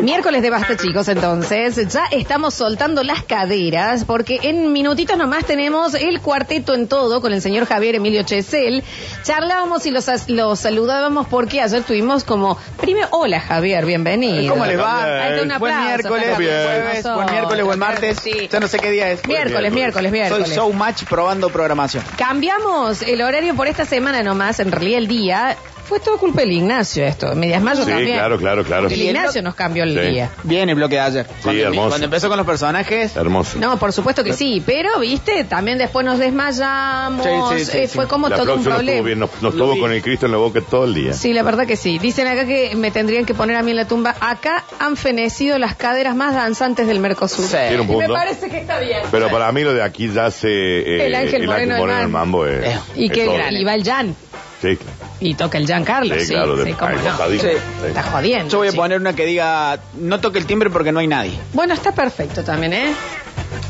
Miércoles de basta, chicos, entonces. Ya estamos soltando las caderas porque en minutitos nomás tenemos el cuarteto en todo con el señor Javier Emilio Chesel. Charlábamos y los, as- los saludábamos porque ayer tuvimos como. Primero, hola Javier, bienvenido. ¿Cómo les Ahí está va? un buen aplauso, miércoles, un aplauso. jueves, buen miércoles, buen martes. Sí. Ya no sé qué día es. Miércoles, miércoles, miércoles. Soy Showmatch probando programación. Cambiamos el horario por esta semana nomás, en realidad el día. Fue todo culpa del Ignacio esto. Me desmayo Sí, también. claro, claro, claro. El Ignacio nos cambió el Sí. día. Bien el bloque de ayer. cuando, hermoso. cuando empezó con los personajes, Hermoso. No, por supuesto que sí, pero viste, también después nos desmayamos. Sí, sí, sí, eh, sí. fue como la todo un próxima problema. estuvo bien, nos, nos Lo tuvo vi. con el Cristo en la boca todo el día. Sí, la verdad que sí. Dicen acá que me tendrían que poner a mí en la tumba. Acá han fenecido las caderas más danzantes del Mercosur. Sí. Tiene un Y me punto. parece que está bien. Pero para mí lo de aquí ya se... eh, El Ángel Moreno del del Mambo. Mambo es... Eh, y es que todo. y va el Jan. Sí, claro. Y toca el Jan Carlos. Sí, claro, de- cómo ay, no. bajadito. Sí. Sí. Está jodiendo. yo voy a sí. poner una que diga, no toque el timbre porque no hay nadie. Bueno, está perfecto también, ¿eh?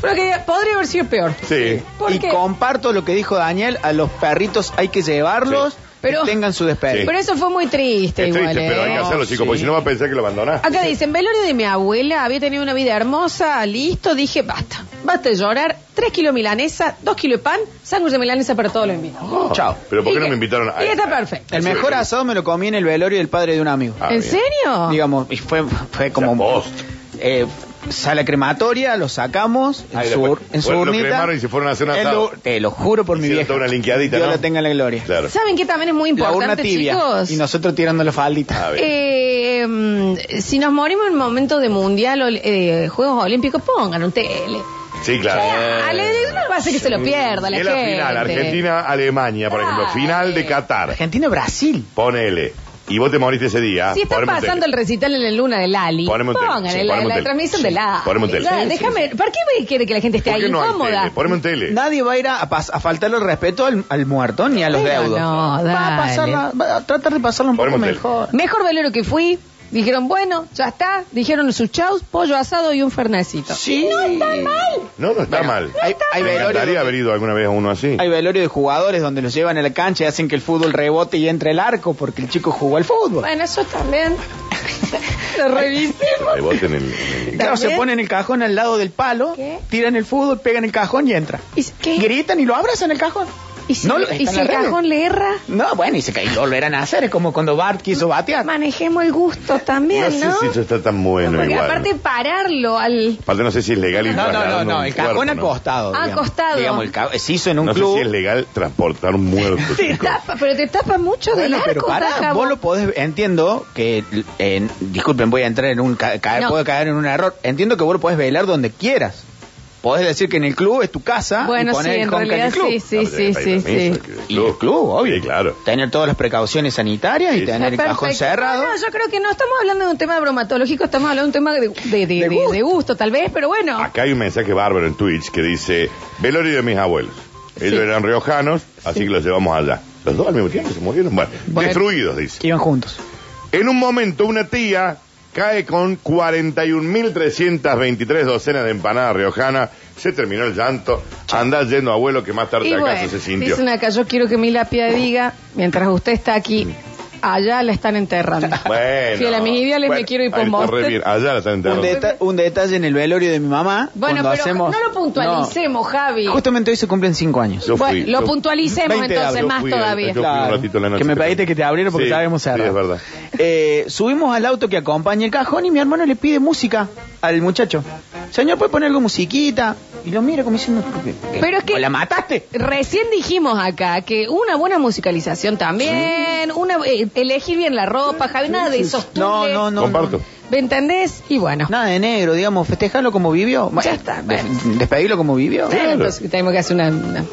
Pero que podría haber sido peor. Sí. ¿Por y qué? comparto lo que dijo Daniel, a los perritos hay que llevarlos, Sí. Pero- que tengan su despedida. Pero eso fue muy triste, Es igual. triste, pero hay que ¿eh? Ah, hacerlo, chicos, Sí. porque si no va a pensar que lo abandonás. Acá dicen, velorio de mi abuela, había tenido una vida hermosa, listo, dije, basta, basta de llorar, tres kilos de milanesa, dos kilos de pan, sándwich de milanesa para todos los invitados. Oh, Chao. Pero ¿por qué Y no que- me invitaron? y a está perfecto. El mejor Sí. asado me lo comí en el velorio del padre de un amigo. Ah, ¿En bien. serio? Digamos, y fue, fue como... O sea, post. eh, sala crematoria, lo sacamos en Ahí su, después- en su bueno, lo urnita. cremaron y se fueron a hacer un Te asado. lo- Te lo juro por mi Hicieron vieja. toda una linkeadita, Dios ¿no? la tenga en la gloria. Claro. ¿Saben qué también es muy La urna importante, tibia. chicos? Y nosotros tirando la faldita. Eh, mm, si nos morimos en momento de mundial o eh, Juegos Olímpicos, pongan un tele. Sí, claro. Dale, no va a ser que se lo pierda la Es la gente. final, Argentina-Alemania, por ejemplo. Dale. Final de Qatar. Argentina-Brasil. Ponele. Y vos te moriste ese día. Si están Ah, poneme un pasando el tele. recital en la luna de Lali, Poneme un tele. pongan Sí, el- la, poneme un la tele. transmisión Sí, de Lali. poneme un tele. Ya, Sí, déjame, ¿Por qué quiere que la gente esté ¿Por ahí qué no hay incómoda? tele? Poneme un tele. Nadie va a ir a, a pas- a faltarle el respeto al, al muerto ni a los Pero deudos. no, va dale. a pasarla, va a tratar de pasarla un poco Ponemos tele. mejor. Mejor velero que fui. Dijeron, bueno, ya está. Dijeron sus chaus, pollo asado y un fernecito. Sí. No está mal. No, no está mal. hay, hay me encantaría velorio, haber ido alguna vez a uno así. hay velorio de jugadores donde los llevan a la cancha y hacen que el fútbol rebote y entre el arco porque el chico jugó al fútbol. Bueno, eso también. Lo revisemos. Ahí vos en el- en el- Claro, se ¿También? ponen el cajón al lado del palo, ¿Qué? tiran el fútbol, pegan el cajón y entra. ¿Y si- qué? Gritan y lo abrazan el cajón. ¿Y si, No, y está en si la el red. cajón le erra? No, bueno, y se cae, lo volverán a hacer. Es como cuando Bart quiso batear. Manejemos el gusto no también, sé ¿no? si eso está tan bueno Porque igual. aparte pararlo al... Aparte no sé si es legal ir No, no, no, trasladando no, un el cajón cuerpo, ¿no? acostado. Ah, digamos. acostado. Digamos, el ca- se hizo en un No club. sé si es legal transportar un muerto. Te chicos. tapa, pero te tapa mucho del Bueno, arco, pero pará, Tajabo. vos lo podés, entiendo que, eh, disculpen, voy a entrar en un, ca- ca- No. puedo caer en un error, entiendo que vos lo podés velar donde quieras. Podés decir que en el club es tu casa y Bueno, sí, poner el en honka en realidad el club. sí, sí, Claro, sí, sí, hay sí. permiso, que- Y el club, obvio. Sí, claro. Tener todas las precauciones sanitarias y Sí, sí. tener el cajón Perfecto. cerrado. No, no, yo creo que no estamos hablando de un tema bromatológico, estamos hablando de un tema de, de- de- de- de gusto. gusto. tal vez, pero bueno. Acá hay un mensaje bárbaro en Twitch que dice, velorio de mis abuelos. Ellos eran riojanos, así que los llevamos allá. Los dos al mismo tiempo se murieron. Bueno, Bueno. destruidos, dice. Iban juntos. En un momento una tía cae con 41.323 docenas de empanadas riojanas. Se terminó el llanto. Anda yendo abuelo que más tarde y acaso bueno, se sintió. Oh. dicen acá, yo quiero que mi lápida diga, mientras usted está aquí, allá la están enterrando. Mm. Bueno. Fiel a mis ideales, me Bueno, quiero ir por ahí está Monster. re bien. Allá la están Un, enterrando. deta- un detalle en el velorio de mi mamá. Bueno, cuando pero hacemos- no lo puntualicemos, Javi. No. Justamente hoy se cumplen cinco años. Yo Bueno, fui, lo yo- puntualicemos 20 de entonces abril. más Yo fui a- todavía. yo- fui un ratito en la noche, que me pero- pediste que te abriera porque Sí, ya habíamos cerrado. sí, es verdad. Eh, subimos al auto que acompaña el cajón y mi hermano le pide música al muchacho. Señor, ¿puede poner algo musiquita? Y lo mira como diciendo... ¿qué? Pero es que- ¿O la mataste? Recién dijimos acá que una buena musicalización también, una eh, elegir bien la ropa, Javi, nada de esos No, tules. no, no. Comparto. no. ¿Me entendés? Y bueno. Nada de negro, digamos, festejarlo como vivió. Ya está, des- bueno. Despedirlo como vivió. Bueno, Claro. entonces tenemos que hacer una, una-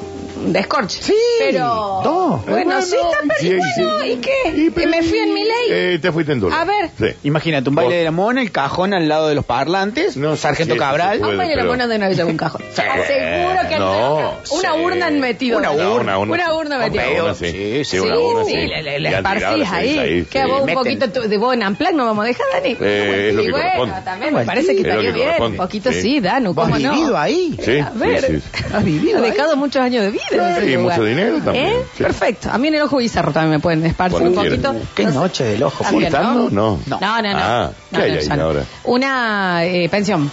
un descorche. Sí, Pero. dos. Bueno, sí, está Sí, perfecto. sí. Bueno, ¿y qué? Y, ¿Que pero- me fui en mi ley? Eh, te fuiste en duro. A ver. Sí. Imagínate, un baile de la mona, el cajón al lado de los parlantes, No, sí, Sargento sí, Cabral. sí, sí, un baño pero- de mono de no lleva un cajón. Aseguro que no, Una sí. urna han metido. Una Una urna, urna, metida. Una urna, sí. Sí, Sí, sí, una urna, sí, sí. la, la, Y la han tirado esparcís las ahí. cenizas Que sí. vos un Meten. poquito tu- de vos en Amplac no vamos a dejar, Dani. Eh, es lo Y que bueno, corresponde. también me parece que Es lo estaría que bien. Un corresponde. poquito Sí. sí, Danu, ¿Vos ¿cómo has no? vivido ahí? Sí, A ver. sí, sí, sí. ¿Has vivido Ha ahí? dejado muchos años de vida. en Sí, ese y lugar. mucho dinero también. ¿Eh? Sí. Perfecto. A mí en el ojo Guizarro también me pueden esparcir Cuando un quieran. poquito. Qué noche de el ojo. También, ¿Hurtando? No. No, no, no. Ah, ¿qué No, hay no, ahí ya no. ahora? Una eh, pensión.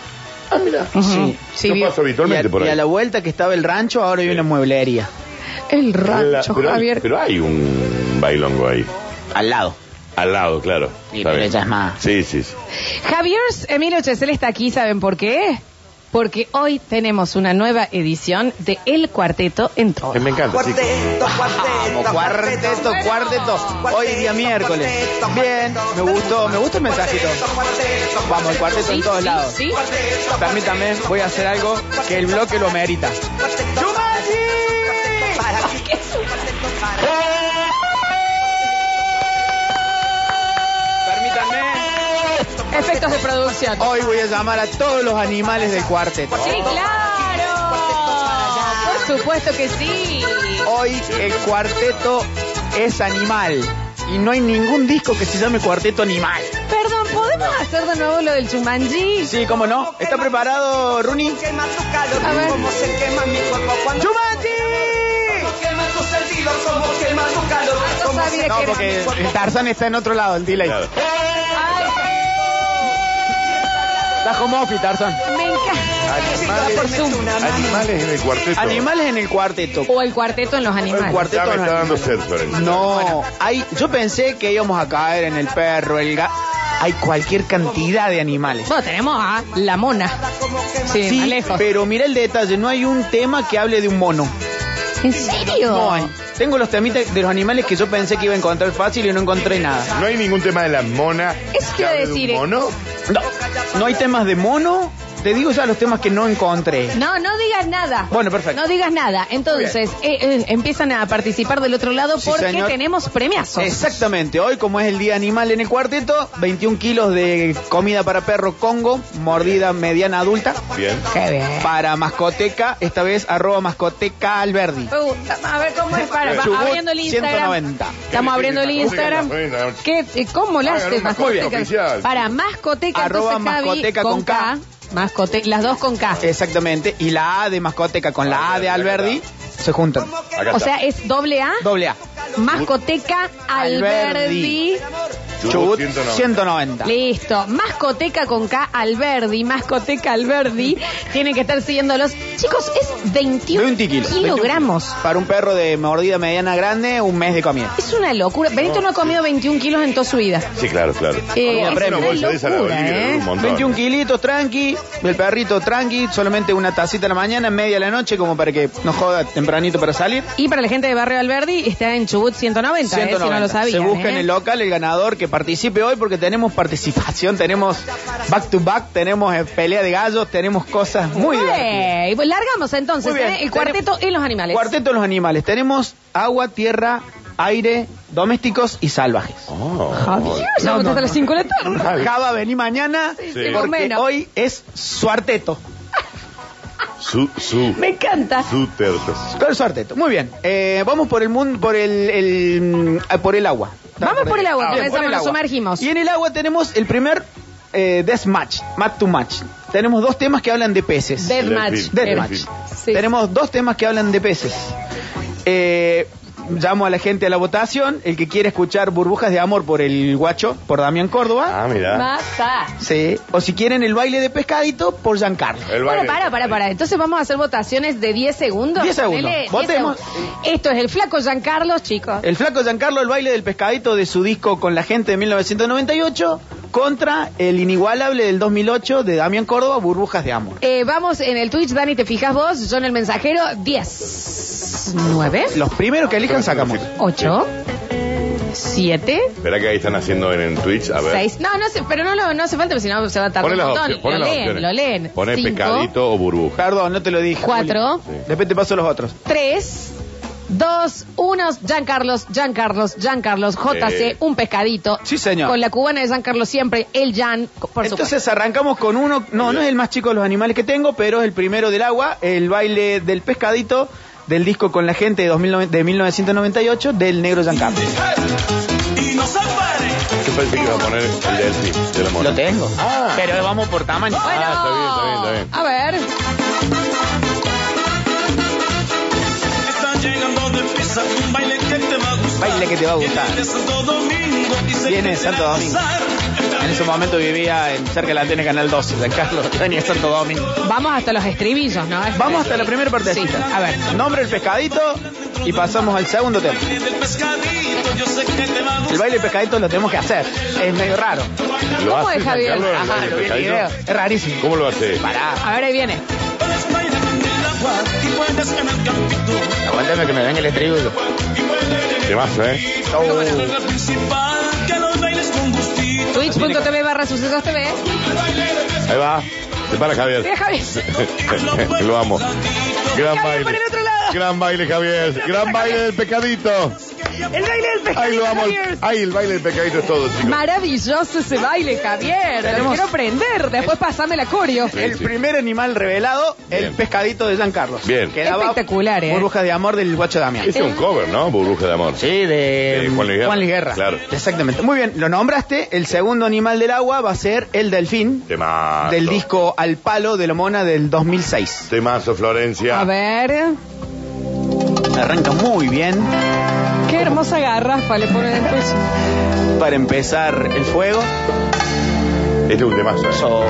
Ah, mira. Ujú. Sí. Sí, no vi- pasa habitualmente y, a, por y ahí. a la vuelta que estaba el rancho, ahora hay Sí. una mueblería. El La- rancho, pero, hay, Javier. pero hay un bailongo ahí. Al lado. Al lado, claro. Y Está pero bien. ya es más. Sí, sí, sí. Javier Emilio Chesel está aquí, ¿saben por qué? Porque hoy tenemos una nueva edición de El Cuarteto en Todo. Eh, Me encanta, sí. Cuarteto, cuarteto, Vamos, cuarteto, cuarteto. Hoy es día miércoles. Bien, me gustó, me gusta el mensajito. Vamos, el cuarteto en todos lados. sí. También también voy a hacer algo que el bloque lo merita. Permítanme. Efectos de producción. Oh. Hoy voy a llamar a todos los animales del cuarteto. Sí, claro. Por supuesto que sí. Hoy el cuarteto es animal. Y no hay ningún disco que se llame cuarteto animal. Perdón, ¿podemos hacer de nuevo lo del Chumanji? Sí, cómo no. ¿Está preparado, Runi? Quema tu calor, A ver. como se quema mi cuerpo cuando ¡Chumanji! quema tus sentidos, como quema tu calor. Ah, yo como sabía se No, que quema porque mi cuerpo Tarzán está en otro lado, el delay. Claro. Está home office, Tarzán. me encanta. Por Animales. Zoom. Animales en el cuarteto. Animales en el cuarteto. O el cuarteto en los animales. El cuarteto. Ya me está dando sed, Florencia. No, hay, yo pensé que íbamos a caer en el perro, el gato. Hay cualquier cantidad de animales. Bueno, tenemos a la mona. Sí, más Sí, lejos. pero mira el detalle, no hay un tema que hable de un mono. ¿En serio? No hay. Tengo los temitas de los animales que yo pensé que iba a encontrar fácil y no encontré nada. No hay ningún tema de la mona. Eso que iba a hable de un decir, eh. mono? No, no hay temas de mono. Te digo ya los temas que no encontré. No, no digas nada. Bueno, perfecto. No digas nada. Entonces, eh, eh, empiezan a participar del otro lado Sí, porque señor. tenemos premiazos. Exactamente, hoy como es el día animal en el cuarteto, 21 kilos de comida para perro Congo, mordida mediana adulta, Bien. Qué bien. para mascoteca, esta vez arroba mascoteca alberdi. Uh, a ver cómo es para. va- Chubut, abriendo el Instagram. 190. Estamos abriendo el Instagram. ¿Qué, eh, ¿Cómo la Hagan haces? un mascoteca oficial. Para mascoteca. Arroba entonces, Javi, mascoteca con K. Eh, Mascote- las dos con K. Exactamente, y la A de mascoteca con la A de alberdi se juntan. Acá o está. sea, es doble A. Doble A. Mascoteca Alberdi. Alberdi. Chubut 190. Listo. Mascoteca con K Alberdi. Mascoteca Alberdi. Tienen que estar siguiéndolos. Chicos, es 21, 21 kilos. 21 kilogramos. Para un perro de mordida mediana grande, un mes de comida. Es una locura. Benito no ha comido 21 kilos en toda su vida. Sí, claro, claro. Eh, Una es bolsa una de esa la locura, Bolivia, ¿eh? un montón. 21 kilitos tranqui, el perrito tranqui, solamente una tacita a la mañana, media a la noche, como para que no joda tempranito para salir. Y para la gente de Barrio Alberdi, está en Chubut 190, eh, si no lo sabían. Se busca eh. en el local el ganador que participe hoy porque tenemos participación, tenemos back to back, tenemos eh, pelea de gallos, tenemos cosas muy divertidas. Ey, pues largamos entonces, Muy bien. ¿eh? el cuarteto Tenemos- y los animales. Cuarteto de los animales, tenemos agua, tierra, aire, domésticos y salvajes. Oh. Javier, ya No, vamos no, hasta las 5 de la tarde. Javi, Java, vení mañana Sí, sí, por porque menos. hoy es suarteto. Su, su, Me encanta. su terzo. Claro, suarteto. Muy bien. Eh, vamos por el mundo, por el, el, mm, ah, por el agua. Ah, Vamos por el agua, comenzamos, por el nos sumergimos. Y en el agua tenemos el primer eh, deathmatch, match to match. Tenemos dos temas que hablan de peces. Death match. Delfín. Death Deathmatch. match. Delfín. Sí. Tenemos dos temas que hablan de peces. Eh, llamo a la gente a la votación. El que quiere escuchar Burbujas de Amor por el guacho, por Damián Córdoba. Ah, mira. Mata. Sí. O si quieren el baile de pescadito por Giancarlo. El Bueno, baile. para, para, para. Entonces vamos a hacer votaciones de 10 segundos. 10 segundos. Ponele, 10 Votemos. segundos. Esto es el flaco Giancarlo, chicos. El flaco Giancarlo, el baile del pescadito de su disco con la gente de 1998 contra el inigualable del 2008 de Damián Córdoba, Burbujas de Amor. Eh, vamos en el Twitch, Dani, te fijas vos, yo en el mensajero, 10, 9, Los primeros que elijan sacamos. 8, 7, Verá que ahí están haciendo en, en Twitch. A ver. 6. No, no, sé, pero no, lo- no hace falta, porque si no se va a tardar Poné un las montón. opciones. Poné lo, las leen, opciones. lo leen, Poné pescadito o burbuja. Perdón, no te lo dije. 4, Juli. Después te paso los otros. 3, 2, 1, Giancarlos, Giancarlos, Giancarlos, JC, Eh. un pescadito. Sí, señor. Con la cubana de Giancarlo siempre, el Gian, por supuesto. Entonces arrancamos con uno, no, no es el más chico de los animales que tengo, pero es el primero del agua, el baile del pescadito del disco con la gente de, 2009 de 1998 del negro Giancarlo. Yo pensé que iba a poner el delfín de la mona. tengo. Ah. Pero vamos por tamaño. Bueno, Ah, está bien, está a ver. Está llegando de prisa, un baile que te va a gustar. Baile que te va a gustar. Viene de Santo Domingo y se Viene de quiere Santo Domingo. casar. En ese momento vivía en cerca de la antena Canal 12, San Carlos, venía Santo Domingo. Vamos hasta los estribillos, ¿no? Este, Vamos hasta la primera Sí, partecita. a ver. Nombre el pescadito y pasamos al segundo tema. Baile del pescadito, yo sé que te va a El gustar. baile del pescadito lo tenemos que hacer. Es medio raro. ¿Lo ¿Cómo hace es Javier? Giancarlo, el Ajá, baile lo vi en el del pescadito? video. Es rarísimo. ¿Cómo lo hace? Pará. A ver, ahí viene. Puedes bailar en el agua y puedes en el campito. Aguántame que me den el estribillo. Te vas, ¿eh? Oh. En la principal, que los bailes con gustito. Twitch.tv barra sucesos TV. Ahí va. Te para, Javier. Mira, Javier. lo amo. Gran Javier, por baile. el otro lado. Gran baile, Javier. Gran baile del pecadito. El baile del pescadito. Ahí lo amo. Javier. Ahí el baile del pecadito es todo, chicos. Maravilloso ese baile, Javier. Lo Tenemos- quiero aprender. Después pasame la coreo. Sí, El sí. primer animal revelado, el Bien. pescadito de San Carlos. Bien. Que daba Espectacular, ¿eh? Burbujas de amor del guacho Damián. Ese es un cover, ¿no? Burbuja de amor. Sí, de mm, De Juan Luis Guerra. Claro. Exactamente. Muy bien, lo nombraste. El segundo animal del agua va a ser el delfín Temazo. del disco Al Palo de la Mona del 2006. Temazo, Florencia. A ver. Arranca muy bien Qué hermosa garrafa le ponen después. para empezar el fuego. Este es un temazo. ¿eh? So,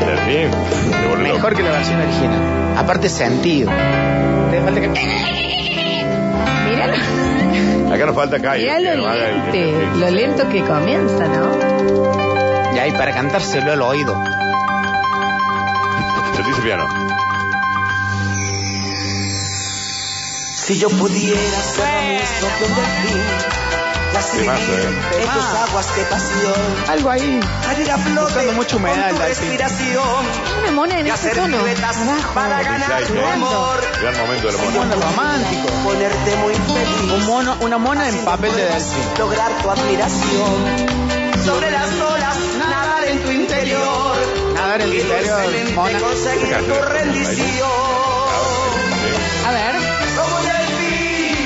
El delfín. Te vuelve loco. mejor que la versión original. Aparte sentido. Te falta que- Mirá, Acá nos falta calle. mirá lo que nos haga el- lente, lo lento que comienza, ¿no? Y ahí para cantárselo al oído. Lo dice piano. Si yo pudiera ser lo mismo que un delfín, la Temazo, ¿eh? en tus Ah. aguas de pasión, Algo ahí. salir a flote Buscando mucha humedad con tu al delfín. respiración, Una mona en y ese hacer tono. piruetas para ganar Exacto. tu amor, Gran momento de la Un mono mona. romántico. ponerte muy Un feliz, mono, una mona en haciendo papel de pruebas, delfín. lograr tu admiración, sobre las olas nadar en tu interior, Nadar en el interior, mona. dulcemente conseguir tu rendición. A ver. como un delfín,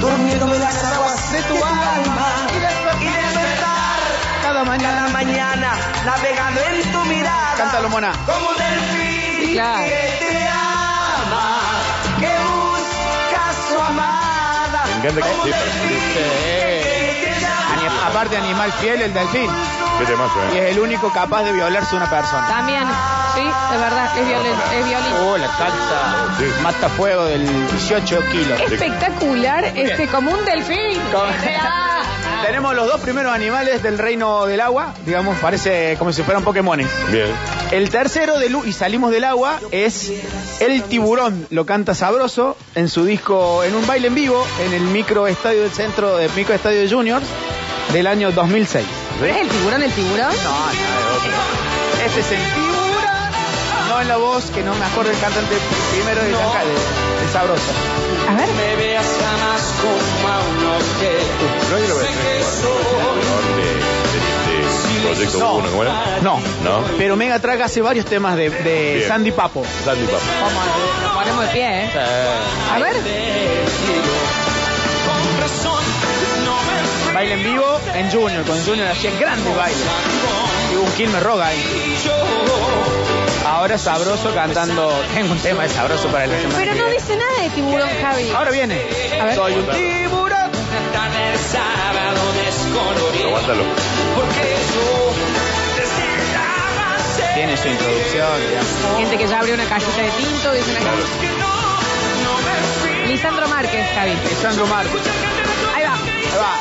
durmiendo en las aguas de tu alma y despertar Cada cada mañana. mañana navegando en tu mirada. Cántalo, mona. Como un delfín Claro. que te ama, que busca su amada. Me encanta que Como un sí, delfín que te Ani- llama, aparte, animal fiel, el delfín. Qué temazo, Y ¿eh? es el único capaz de violarse a una persona. También, sí, es verdad, es violento, es violento. Oh, la calza. Sí. Mata fuego del 18 kilos. Espectacular, este, como un delfín. Como- Ah, Tenemos los dos primeros animales del reino del agua. Digamos, parece como si fueran Pokémones. Bien. El tercero de Lu y salimos del agua es El Tiburón, lo canta Sabroso en su disco en un baile en vivo en el microestadio del centro de microestadio de Juniors del año 2006. ¿pero ¿Es el tiburón el tiburón? No, no, es otro. Ese es el tiburón. No en la voz, que no me acuerdo el cantante primero de San Carlos, el Sabroso. A ver. Me veas jamás como a un objeto. No hay lo ¿eh? ves. este Proyecto 1, ¿cómo era? No. No. Pero Mega Track hace varios temas de, de Bien. Sandy Papo. Sandy Papo. Vamos, nos ponemos de pie, ¿eh? A ver. Con razón, no me Baile en vivo en Junior, con Junior hacía grandes bailes. Y un Kill me roga ahí. Ahora Sabroso cantando. Tengo un tema de Sabroso para la semana. Pero que no viene. dice nada de tiburón, Javi. Ahora viene. A ver. Soy un tiburón. Tan el sábado descolorido. Aguántalo. Porque yo desde la base Tiene su introducción. Gente que ya abrió una cajita de tinto, dice una cajita. que no, no me fui. Lisandro Márquez, Javi. Sandro Marcos. Ahí va. Ahí va.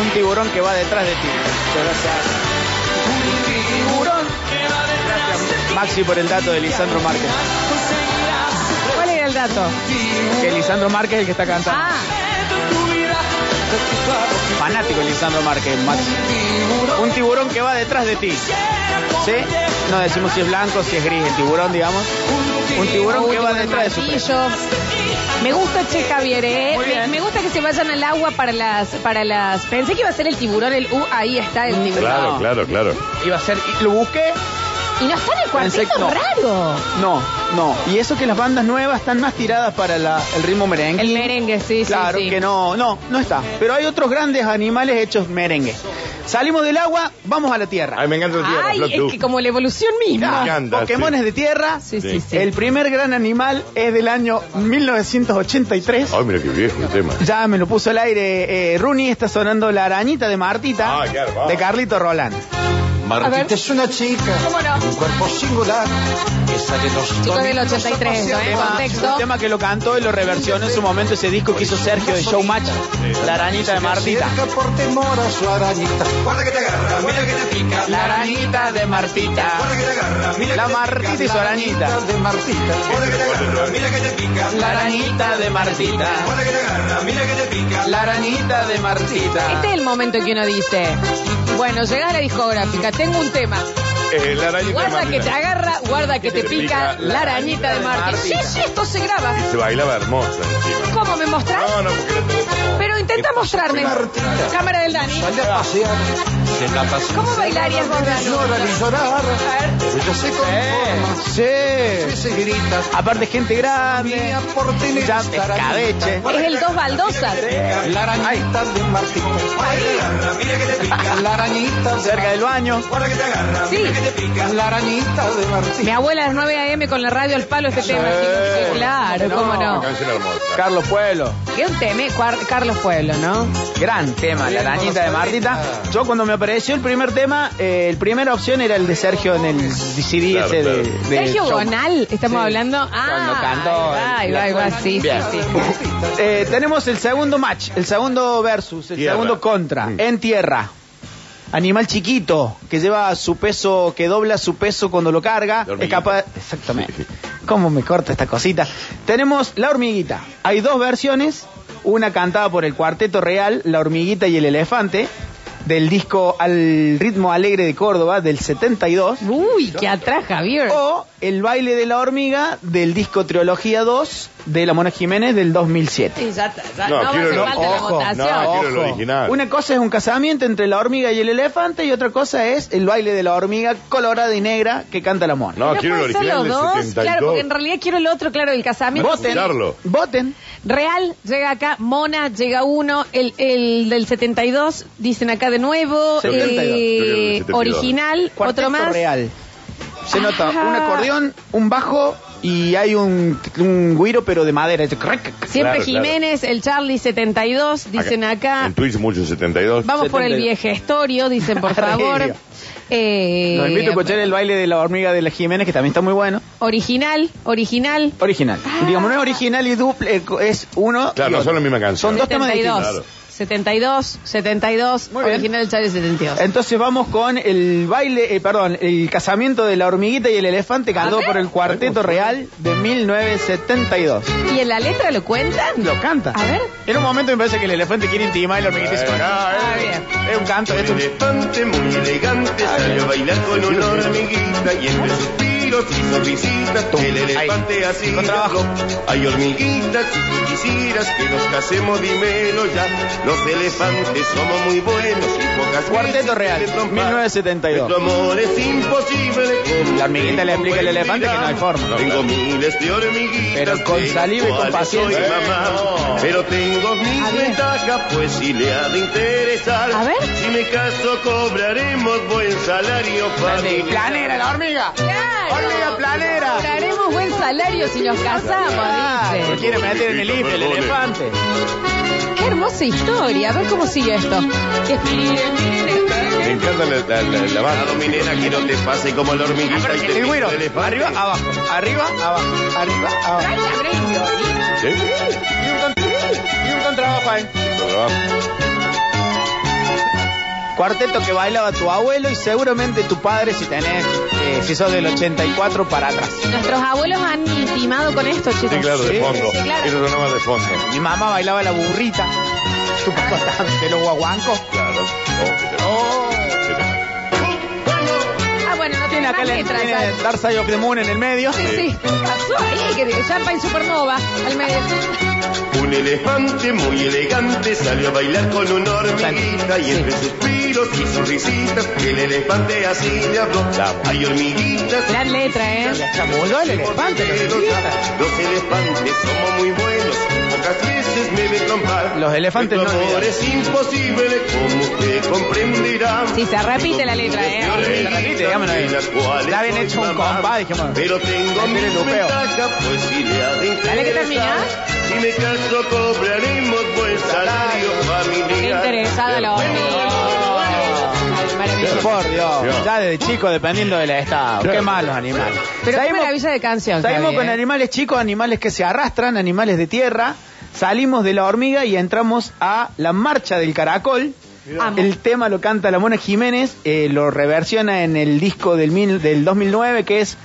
Un tiburón que va detrás de ti. Un tiburón. Gracias, Maxi, por el dato de Lisandro Márquez. ¿Cuál era el dato? Que Lisandro Márquez es el que está cantando. Ah, Fanático de Lisandro Márquez, Maxi. Un tiburón que va detrás de ti. ¿Sí? No decimos si es blanco, si es gris, el tiburón, digamos. Un tiburón que va último, detrás de su presa. martillo. Me gusta, che, Javier, ¿eh? Muy Me, bien. me gusta que se vayan al agua para las, para las... Pensé que iba a ser el tiburón, el U, ahí está el tiburón. Claro, claro, claro. Iba a ser, lo busqué Y no está en el Pensé cuarteto que no. raro. No, no. Y eso que las bandas nuevas están más tiradas para la- el ritmo merengue. El merengue, sí, sí, Claro sí. que no, no, no está. Pero hay otros grandes animales hechos merengue. Salimos del agua, vamos a la tierra. Ay, me encanta el tierra, Ay, Flor, tú. es que como la evolución misma. me encanta, Pokémones sí. de tierra. Sí, sí, Sí. sí. El primer gran animal es del año 1983. Ay, mira qué viejo el tema. Ya me lo puso al aire eh, Rooney, está sonando la arañita de Martita, Ah, claro, vamos. de Carlito Roland. A ver. Martita es una chica, ¿Cómo no? un cuerpo singular, que sale los Chicos del domingos a 83, ¿no? pasear. En Tema- contexto. un tema que lo cantó y lo reversionó en su momento ese disco que hizo Sergio de Showmatch, la arañita de Martita. Se acerca por temor a su arañita. Guarda que te agarra, mira que te pica. La arañita de Martita. Guarda que te agarra, mira La que te Martita y su arañita. De Martita. Guarda que te agarra, mira que te pica. La arañita de Martita. Guarda que te agarra, mira que te pica. La arañita de Este Martita. es el momento en que uno dice, bueno, llegás a la discográfica, tengo un tema. Eh, la arañita Guarda de que te Martina. agarra, guarda que Este te pica la arañita de Martín. Sí, sí, esto se graba. Se bailaba hermosa encima. ¿Cómo me mostrás? No, no, porque era todo como- Pero intenta mostrarme. Martina. Cámara del Dani. Sale a pasear. Se la pasa. ¿Cómo bailarías vos, Dani? Llora ni llorar. Ella se conforma. Sí. Se grita. Eh. Aparte gente grande. Mía por tener Ya esta arañita. pescadeche. Es el dos baldosas. La arañita de Martita. Guarda que te agarra, mira que te pica. La arañita de Cerca del baño. Guarda que te agarra, Sí. mira que te pica. La arañita de Martita. Mi abuela a las 9 a.m. con la radio al palo este tema. chicos. Sí, Claro, cómo No. no. Canción hermosa. Carlos Pueblo. ¿Qué un tema? eh, Cuar- Carlos Pueblo, ¿no? Gran tema, la arañita de Martita. Yo cuando me apareció el primer tema, eh, la primera opción era el de Sergio en el CD Claro, ese de, claro. de Sergio Showman. Bonal, estamos Sí. hablando. Cuando Ah, cantó. ahí el- va, ahí va, ahí va, sí, sí, Bien. sí. Eh, tenemos el segundo match, el segundo versus, el Tierra. segundo contra, Mm. en tierra. Animal chiquito que lleva su peso, que dobla su peso cuando lo carga, La es hormiguita. capaz. Exactamente. ¿Cómo me corta esta cosita? Tenemos la hormiguita. Hay dos versiones, una cantada por el Cuarteto Real, la hormiguita y el elefante, del disco Al ritmo alegre de Córdoba del 72. Uy, qué atrás, Javier. O el baile de la hormiga del disco Trilogía 2 de La Mona Jiménez del 2007. Sí, ya está, ya- No, no, quiero hace lo- falta ojo, la no, votación. quiero el original. Una cosa es un casamiento entre la hormiga y el elefante y otra cosa es el baile de la hormiga colorada y negra que canta la mona. No, Pero quiero el pueden ser original del los dos, 72. Claro, porque en realidad quiero el otro, claro, el casamiento. Voten, Mirarlo. voten. Real llega acá, Mona llega uno, el, el del 72, dicen acá de nuevo, 72. eh, Yo creo que el 72. original, Cuarteto otro más. real. Se nota Ajá. un acordeón, un bajo y hay un, un guiro pero de madera. Este crac. Siempre Claro, claro. Jiménez, el Charlie 72, dicen acá. En Twitch mucho 72. Vamos por el 72. viegestorio, dicen por favor. Remedio. Eh, Los invito a escuchar el baile de la hormiga de la Jiménez que también está muy bueno. Original, original. Original. Ah. Digamos, no es original y duple, eh, es uno. Claro, y no otro. son la misma canción. Son dos temas distintos. 72, 72, 72, Muy bien. original del Charlie 72. Entonces vamos con el baile, eh, perdón, el casamiento de la hormiguita y el elefante cantado por el Cuarteto Real de 1972. ¿Y en la letra lo cuentan? Lo canta. A ver. En un momento me parece que el elefante quiere intimar y la hormiguita dice, Ah, no, bien. eh, es un canto, esto es un- elefante muy elegante salió a bailar con una hormiguita y entre suspiros y sonrisitas el elefante así con trabajo. dijo, Ay hormiguita, si tú quisieras que nos casemos dímelo ya. Los elefantes somos muy buenos y pocas Cuarteto veces Real, quieren trompar. 1972. Nuestro amor es imposible. con- La hormiguita le explica al elefante que no hay forma. Tengo miles de hormiguitas. Pero con de las saliva y con cuales soy paciencia. Oh. mamá. Pero tengo A mis ver. ventajas, pues si le ha de interesar. A ver. Si me caso cobraremos buen salario familiar. Planera la hormiga. Hormiga planera. Cobraremos buen salario si nos Ah, casamos, se dice. quiere meter en el IFE el elefante. Qué hermosa historia. A ver cómo sigue esto. Me encanta la, la, la, la banda. Amado minera, que no te pase como la hormiguita y te Ah, El pique güiro, el elefante. arriba, abajo, arriba, abajo, arriba, abajo. ¿Sí? Y un con- y un contrabajo ahí. Cuarteto que bailaba tu abuelo y seguramente tu padre si tenés, eh, si sos del 84 para atrás. Nuestros abuelos han intimado con esto, chicos. Sí, claro, Sí, de fondo. sí, claro. Eso sonaba de fondo. Mi mamá bailaba la burrita. Tu papá Ah. también, de los guaguancos. Claro. Oh, qué tema, Oh. qué tema. Ah, bueno, no Tiene tiene acá más el, letras. tiene ya. Dark Side of the Moon en el medio. Sí, sí. Pasó ahí, que Champagne Supernova, al medio. Un elefante muy elegante salió a bailar con una hormiguita y entre suspiros ríos y sonrisitas, el elefante así le habló. Hay hormiguitas. Gran letra, ¿eh? Chamuló el elefante, los chiquistas. Los elefantes somos muy buenos, pocas veces me ven trompar. Los elefantes Nuestro no amor es imposible, como usted comprenderá. Sí, se repite la letra, ¿eh? Tengo Se repite, digámoslo ahí. en las cuales Ya habían soy hecho un mamá, compás, dijimos. Pero tengo Este mi es el lupeo. ventaja, pues si le ha de Dale que interesar, termina. Si me caso, cobraremos buen salario Qué familiar. interesada la hormiga. Ay, maravilloso. Por Dios, Dios. ya desde chico, dependiendo del estado. Qué malos animales. Pero qué Salimos- maravilla de canción. Salimos Javi, con ¿eh? animales chicos, animales que se arrastran, animales de tierra. Salimos de la hormiga y entramos a la marcha del caracol. Amo. El tema lo canta la Mona Jiménez, eh, lo reversiona en el disco del, mil- del 2009 que es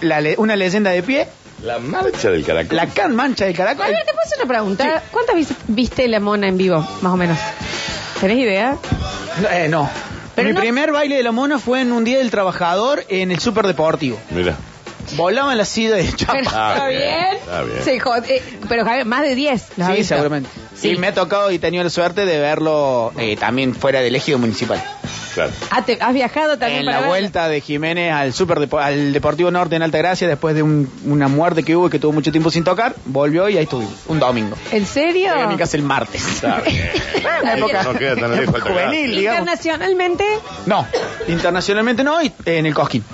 la le- una leyenda de pie. La marcha del caracol. La can mancha del caracol. Ay, te puedo hacer una pregunta. ¿Cuántas veces viste la mona en vivo, más o menos? ¿Tenés idea? Eh, no. Pero Mi no- primer baile de la Mona fue en un día del trabajador en el Super Deportivo. Mira. Volaban las sida de chapa. Pero, ¿Está Ah, bien, bien? está bien. Sí, jo- eh, pero Javier, más de 10. las has Sí, visto. seguramente. Sí. Y me ha tocado y he tenido la suerte de verlo eh, también fuera del ejido municipal. Claro. Ah, te- ¿Has viajado también en para la verlo? vuelta de Jiménez al super al Deportivo Norte en Altagracia, después de un- una muerte que hubo y que tuvo mucho tiempo sin tocar, volvió y ahí estuvimos, un domingo. ¿En serio? Llegué a mi casa el martes. Está bien. Una época- no queda tan lejos. Época juvenil. digamos. Internacionalmente, No, internacionalmente no, y, en el Cosquín.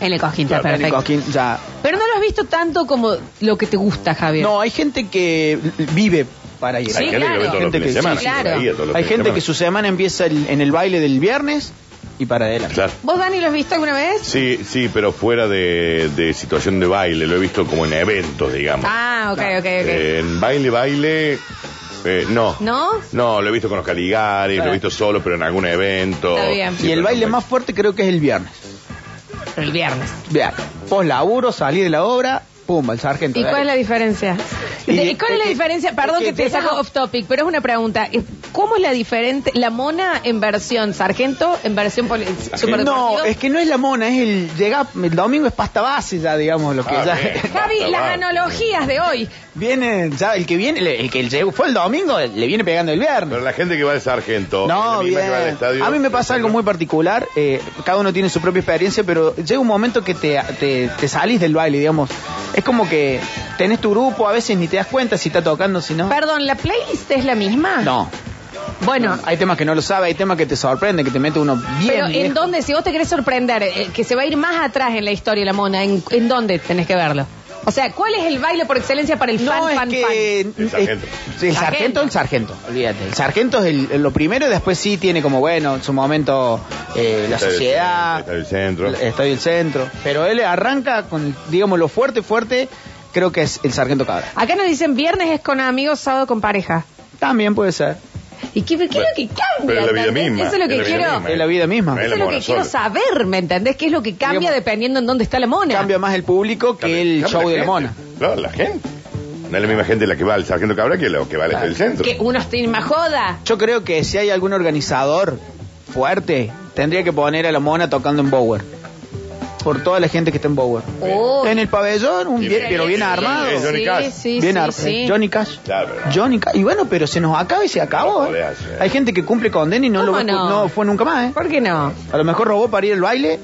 en el cojín, está En el perfecto. Cosquín ya. Pero no lo has visto tanto como lo que te gusta, Javier. No, hay gente que vive para ir. Sí, Hay gente que claro. ve todos los Gente fines de que- semana. sí, claro. ahí, todos los Hay fines de gente que semana. su semana empieza el- en el baile del viernes y para adelante. Claro. ¿Vos, Dani, lo has visto alguna vez? Sí, sí, pero fuera de, de situación de baile, lo he visto como en eventos, digamos. Ah, ok, ok, ok. Eh, en baile, baile, eh, no. ¿No? No, lo he visto con los Caligaris, lo he visto solo, pero en algún evento. Está bien. Sí, Y el pero baile no- más fuerte creo que es el viernes. El viernes. Vean, vos laburo, salí de la obra, pum, el sargento. ¿Y cuál es la diferencia? Y- ¿Y cuál es la es que- diferencia? Perdón que, es que te saco deja- off topic, pero es una pregunta. ¿Cómo es la diferente, la mona en versión sargento, en versión poli- superdeportivo? No, es que no es la mona, es el llega el domingo es pasta base ya, digamos, lo que Ah, ya bien. Javi, Basta, las basta. analogías de hoy. viene, ya el que viene, el que llegó fue el domingo, le viene pegando el viernes. Pero la gente que va al sargento, No, es la misma que va al bien. estadio. A mí me pasa algo muy particular, eh, cada uno tiene su propia experiencia, pero llega un momento que te, te, te salís del baile, digamos. Es como que tenés tu grupo, a veces ni te das cuenta si está tocando, si no. Perdón, ¿la playlist es la misma? No, Bueno, hay temas que no lo sabes, hay temas que te sorprenden, que te mete uno bien. pero ¿en lejos. dónde? Si vos te querés sorprender, eh, que se va a ir más atrás en la historia la mona, ¿en, en dónde tenés que verlo? O sea, ¿cuál es el baile por excelencia para el fan, No, es fan, fan? que... El sargento. es- el sargento, el sargento, olvídate. El sargento es el- el- lo primero y después sí tiene como, bueno, en su momento eh, la Estadio sociedad, Eh, Centro, Estadio Centro. el estadio del centro. Pero él arranca con, digamos, lo fuerte, fuerte, creo que es el sargento cabra. Acá nos dicen viernes es con amigos, sábado con pareja. También puede ser. ¿Y qué, qué es lo que cambia? Pero es la vida ¿entendés? misma. Eso es lo que la vida quiero. misma. Es la vida misma. No Eso es la lo que mona quiero sola. saber, ¿me entendés? ¿Qué es lo que cambia Digamos, dependiendo en dónde está la mona? Cambia más el público que Cambia- el cambia show de la gente. mona. Claro, la gente. No es la misma gente la que va al sargento Cabra que la que va al estadio del centro. Que unos tienen más joda. Yo creo que si hay algún organizador fuerte, tendría que poner a la mona tocando en Bower. Por toda la gente que está en Bower. Oh, En el pabellón, un Y bien- pero bien sí, armado. Es Johnny sí, Cash. sí, bien sí, ar- eh, sí. Johnny Cash. Claro, pero- Johnny Cash. Y bueno, pero se nos acaba y se acabó. No ¿eh? podés hacer. Hay gente que cumple condena y no, lo ¿Cómo va- no? no fue nunca más. ¿eh? ¿Por qué no? A lo mejor robó para ir al baile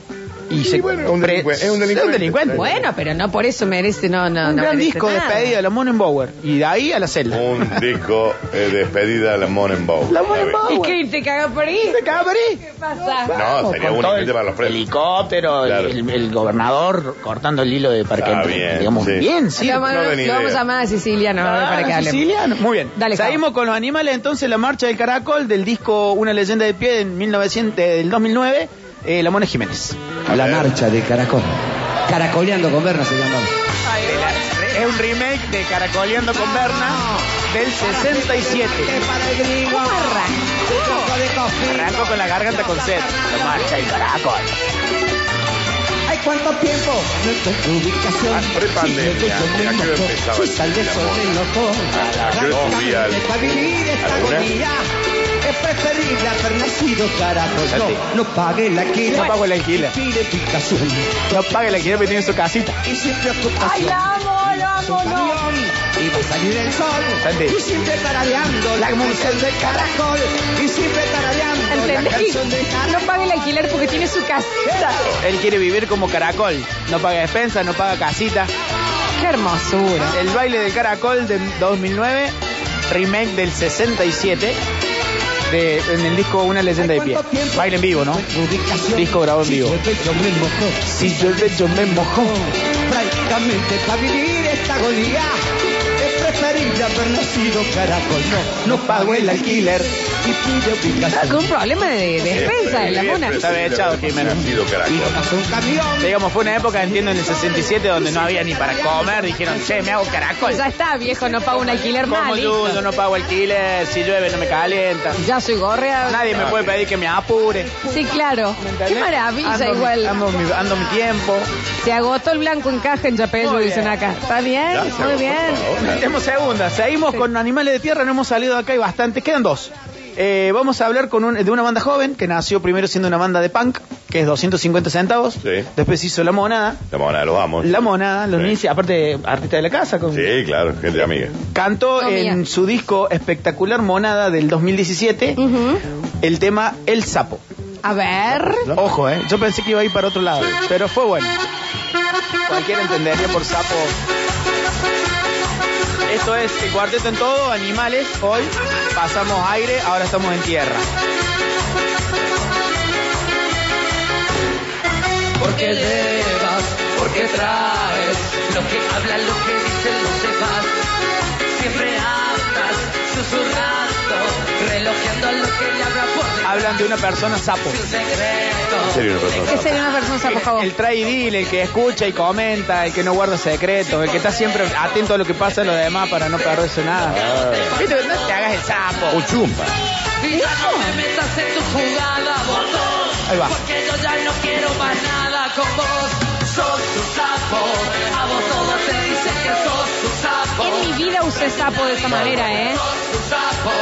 y Sí, se. bueno, es un pre- delincuente, es un delincuente. delincuente. Bueno, pero no por eso merece, no, no, un no merece gran disco de nada. despedida de la Monon Bower. Y de ahí a la celda. Un disco eh, despedida a la Mona en Bow. La Mona en Bow. ¿Y qué? ¿Te cagas por ahí? ¿Se acaba por ahí? ¿Qué pasa? No, sería Con todo el únicamente para los presos. Helicóptero, Claro. el, el gobernador cortando el hilo de parque. Ah, bien, digamos, sí. bien, sí. lo vamos, no tenía lo vamos a idea. llamar a Siciliano Ah, para que hable. siciliano. Muy bien. Dale, Seguimos con los animales. Entonces, la marcha del caracol del disco Una leyenda de pie en 1900, del 2009, eh, La Mona Jiménez. La marcha de caracol. Caracoleando con Berna se llamaba. Es un remake de Caracoleando con Berna del 67. ¿Cómo arrancó? Arrancó con la garganta con sed. La marcha del caracol. Ay, cuánto tiempo. No encuentro ubicación. Ah, prepandemia. Si me doy con ¿A un qué hora motor, empezaba si el sal del sol amor? del loco. ¿A qué hora subía al- Para vivir esta alguna? agonía. Es preferible haber nacido caracol. No, no pague la quila. No pago el alquiler. Pide ubicación. No pague la que tiene en su casita. Y sin preocupación. Ay, la amo, la amo, Y va a salir el sol. Santi. Y siempre tarareando la música del caracol. Y siempre tarareando En ¿entendés? No paga el alquiler porque tiene su casita. Él quiere vivir como caracol. No paga despensa, no paga casita. Qué hermosura. El baile del caracol de 2009, remake del 67, de- en el disco Una leyenda de pie. Baile en vivo, ¿no? Disco grabado en vivo. Si yo el pecho me mojó. Prácticamente para vivir esta agonía es preferible haber nacido caracol. No, no pago el alquiler y pide Estaba ubicación. con un problema de despensa en la mona. Está echado, Jimena. Nacido caracol. Pasó un camión. Digamos, fue una época, entiendo, en el 67 donde no había ni para comer. Dijeron, che, me hago caracol. Pues Ya está, viejo, no pago un alquiler Como más. yo, listo. yo no pago alquiler. Si llueve, no me calienta. Ya soy gorrea. Nadie me puede pedir que me apure. Sí, claro. Qué maravilla Ando mi- igual. Ando mi, ando mi tiempo. Se agotó el blanco en caja en Yapello, Muy dicen bien. acá. Está bien, Ya se muy agotó bien. todo ahora. Tenemos segunda. Seguimos con Animales de Tierra. No hemos salido de acá y bastante. Quedan dos. Eh, vamos a hablar con un- de una banda joven que nació primero siendo una banda de punk, que es 250 centavos. Sí. Después se hizo La Monada. La monada, los vamos. La Monada, los Sí. inicia, aparte artista de la casa. Con, Sí, claro, gente amiga. Cantó Oh, en mía. su disco espectacular Monada del 2017 Ujú. el tema El Sapo. A ver. Ojo, eh. Yo pensé que iba a ir para otro lado, pero fue bueno. Cualquiera entendería por sapo. Esto es el cuarteto en todo, animales. Hoy pasamos aire, ahora estamos en tierra. porque llevas, porque traes lo que hablan, lo que dicen los demás. Siempre andas susurrando, relojeando lo que le habrá por detrás. Hablan de una persona sapo. un secreto. En serio, una persona. ¿Qué sería una persona, por favor? El trae y dile, el que escucha y comenta, el que no guarda secretos, el que está siempre atento a lo que pasa en los demás para no perderse nada. Viste, No te hagas el sapo. Ah. O chumpa. Mira, no me metas en tu jugada, botón. Ahí va. Porque yo ya no quiero más nada con vos. Sos tu sapo. A vos todos te dicen que sos tu sapo. En mi vida usé sapo de esa manera, ¿eh? Sos tu sapo.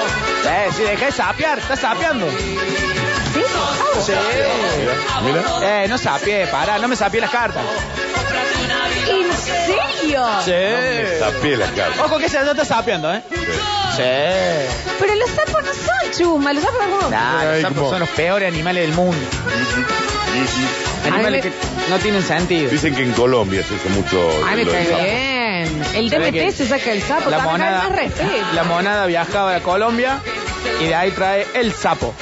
Eh, si dejé de sapear, estás sapeando. Sí, Oh, sapo. Sí. A vos Mira. todos Eh, no sapié, pará, no me sapié las cartas. cómprate una vida. ¿En serio? Sí. Tapé las cartas. Ojo que ese no está sapeando, ¿eh? Sí. Pero los sapos no son chusma, los sapos son como- Nah, los Ay, sapos como- son los peores animales del mundo. Animales A mí que no tienen sentido. Dicen que en Colombia se usa mucho. Ay, me lo del cae sapo. bien. El ¿Sabés DMT qué? se saca el sapo. La también monada, hay más respeto. la monada viajaba a Colombia y de ahí trae el sapo.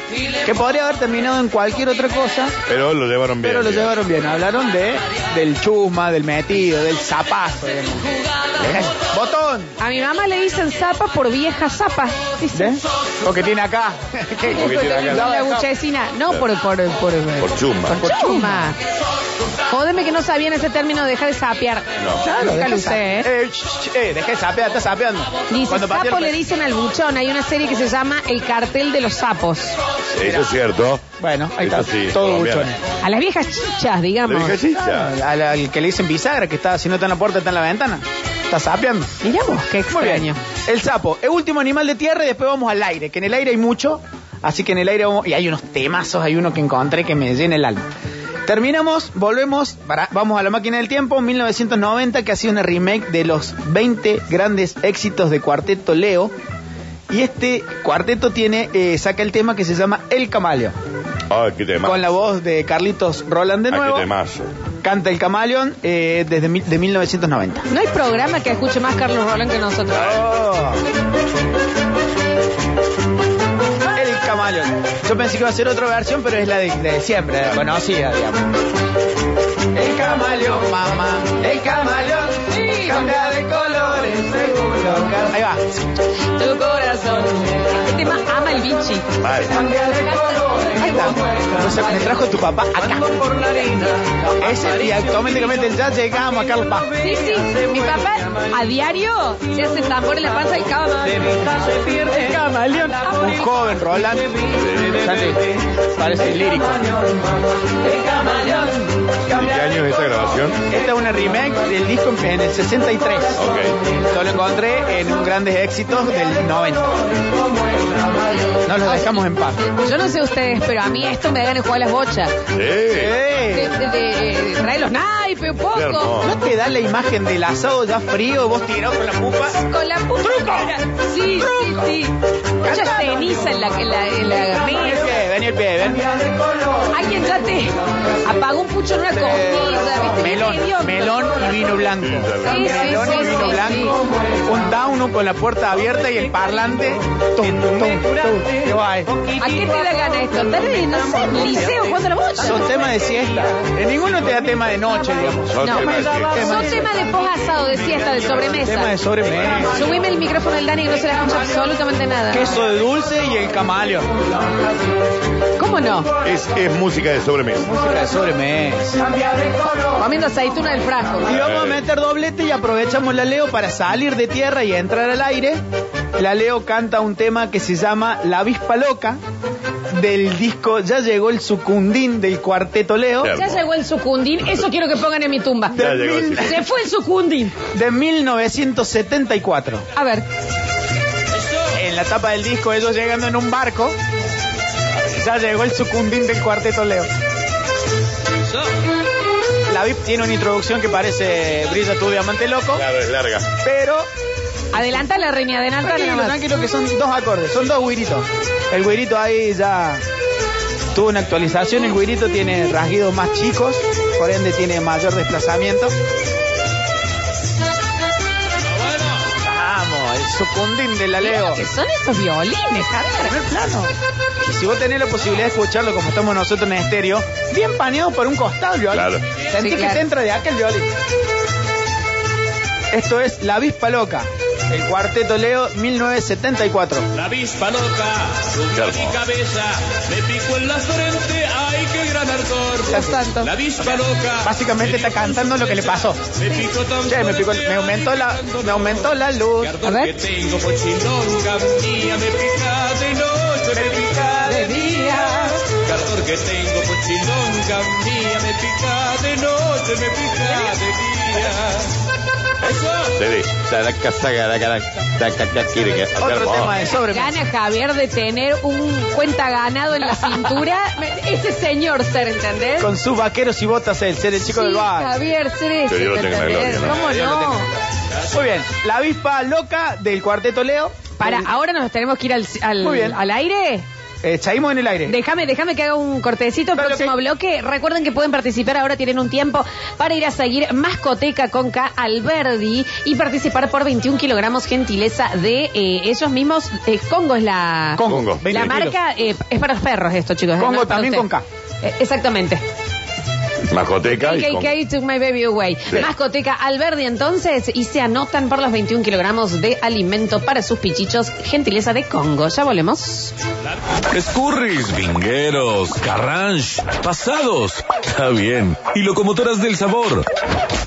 Que podría haber terminado en cualquier otra cosa, Pero lo llevaron bien. pero lo digamos. llevaron bien. Hablaron de del chusma, del metido, del zapazo. digamos. Botón. A mi mamá le dicen zapa por vieja zapa. Dice. ¿Ves? Lo que tiene acá. Porque tiene acá. La buchecina. No por, por, por, Por chumba. por chusma. Jódeme que no sabían ese término de dejar de sapear. No. Nunca lo usé, ¿eh? Eh, sh- sh- eh, dejé de sapear, está sapeando. Dice, Cuando sapo partieron- le dicen al buchón. Hay una serie que se llama El cartel de los sapos. Eso es cierto. Bueno, ahí está. Eso sí, todo colombiana. buchón. A las viejas chichas, Le digamos. dije chicha. Al, al- al que le dicen bisagra, que está, si no está en la puerta, está en la ventana. Está sapeando. Mirá vos, qué Muy bien. extraño. El sapo, el último animal de tierra y después vamos al aire, que en el aire hay mucho, así que en el aire vamos, y hay unos temazos, hay uno que encontré que me llena el alma. Terminamos, volvemos, para- vamos a la máquina del tiempo, 1990, que ha sido una remake de los 20 grandes éxitos de Cuarteto Leo. Y este cuarteto tiene, eh, saca el tema que se llama El Camaleón, Ay, qué tema. con la voz de Carlitos Roland de nuevo. Ay, qué temazo. Canta El Camaleón eh, desde mil- de 1990. No hay programa que escuche más Carlos Roland que nosotros. El camaleón. Yo pensé que iba a ser otra versión, pero es la de, de siempre, la conocida, digamos. El camaleón, mamá, el camaleón, cambia de colores, seguro. Ahí va. Tu corazón. Este tema ama el bichi. Mal. Ahí está. O sea, me trajo tu papá acá. Ese y automáticamente ya llegamos acá al papá. Sí, sí, mi papá a diario se hace tambor en la panza del cama. El camaleón. Un joven, Roland. Interesante. Parece lírico. ¿De qué año es esta grabación? Esta es una remake del disco en el 63. Ok. Yo lo encontré en un grandes éxitos del 90. No los dejamos en paz. Yo no sé ustedes, pero a mí esto me gana jugar a las bochas. Sí. De, Eh, de, de- de traer los naipes un Qué poco. hermoso. ¿No te da la imagen del asado ya frío, vos tirado con la pupa? Con la puta. Sí, sí, sí. Mucha ceniza en la, en la, en la mesa. Vení el pie, vení el pie, vení cambia de color. Hay quien ya te apagó un pucho en una costilla, ¿viste? Bien Melón, hediondo. melón y vino blanco. Sí, ya lo- Sí, sí, Melón sí, y vino sí, blanco, sí. un down con la puerta abierta y el parlante. Tum, tum, tum. ¿Qué va, eh? ¿A qué te da gana esto? Estás en, no sé, en liceo jugando a la bocha. Son temas de siesta. En ninguno te da tema de noche, digamos. Son No. temas que- Son temas de posasado, de siesta, de Tema de sobremesa. sobremesa. Subime el micrófono al Dani que no se le escucha absolutamente nada. Queso de dulce y el camaleón. ¿Cómo no? es, es música de sobremesa. Música de sobremesa. Comiendo aceituna del frasco. Y vamos a meter doblete y aprovechamos la Leo para salir de tierra y entrar al aire. La Leo canta un tema que se llama La avispa loca del disco Ya llegó el sucundín del cuarteto Leo Claro. Ya llegó el sucundín, eso quiero que pongan en mi tumba. Ya llegó el sucundín. Se fue el sucundín. de 1974. A ver, En la tapa del disco ellos llegando en un barco. Ya llegó el sucundín del cuarteto Leo. La VIP tiene una introducción que parece Brilla tu diamante loco, Claro, es larga. pero adelanta la reina, adelanta Tranquilo, la tranquilo, que son dos acordes, son dos güiritos. El güirito ahí ya tuvo una actualización, el güirito tiene rasguidos más chicos, por ende tiene mayor desplazamiento. Vamos, el sucundín de la Leo. ¿Qué son esos violines, Javier? Y si vos tenés la posibilidad de escucharlo como estamos nosotros en estéreo, bien paneado por un costado el violín. Claro. Sentí Sí, que claro. te entra de aquel violín. Esto es La Avispa Loca, el cuarteto Leo 1974. La avispa loca subió a mi cabeza, me picó en la frente, ay qué gran Ya ardor. tanto. La avispa loca Básicamente está cantando lo que le pasó. me picó tan Che, me, picó- fuerte, me aumentó ay, la, qué gran me aumentó la luz. Que A ardor que ver. tengo pochinonga mía, me pica de noche, me pica de día. Que ardor que tengo pochinonga mía, me pica de noche, me pica de día. Eso. Se ve. Taraca, sagara, cara, taca, taca, quiere que- Otro tema de sobremesa. Gana Javier de tener un cuenta ganado en la cintura. Este señor ser, ¿entendés? Con sus vaqueros y botas, el ser el chico Sí, del bar. Javier ser ese, Que Dios lo tenga en la ¿entendés? gloria, ¿no? ¿Cómo Dios lo no? tenga en Muy bien, la avispa loca del cuarteto Leo. Para, ahora nos tenemos que ir al, al- Muy bien. al aire. Eh, chaímos en el aire. Déjame, déjame que haga un cortecito. Dale, Próximo ok. bloque. Recuerden que pueden participar ahora, tienen un tiempo para ir a seguir Mascoteca con K Alberdi y participar por 21 kilogramos gentileza de eh, ellos mismos. Eh, Congo es la, Congo. Congo. Veinte la kilos. marca. eh, es para los perros esto, chicos. ¿eh? Congo No es para también usted. con K. Eh, exactamente. Majoteca y con- KKK took my baby away. Sí. Mascoteca Alberdi entonces y se anotan por los 21 kilogramos de alimento para sus pichichos. Gentileza de Congo. Ya volvemos. Escurris, vingueros, carranche, pasados. Está bien. Y locomotoras del sabor.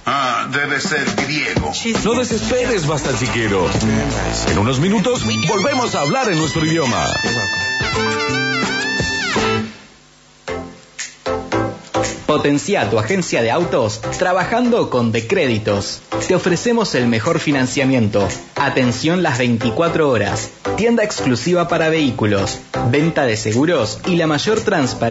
Ah, debe ser griego. No desesperes, basta chiquero. En unos minutos volvemos a hablar en nuestro idioma. Potencia tu agencia de autos trabajando con Decréditos. Te ofrecemos el mejor financiamiento. Atención las 24 horas. Tienda exclusiva para vehículos. Venta de seguros y la mayor transparencia.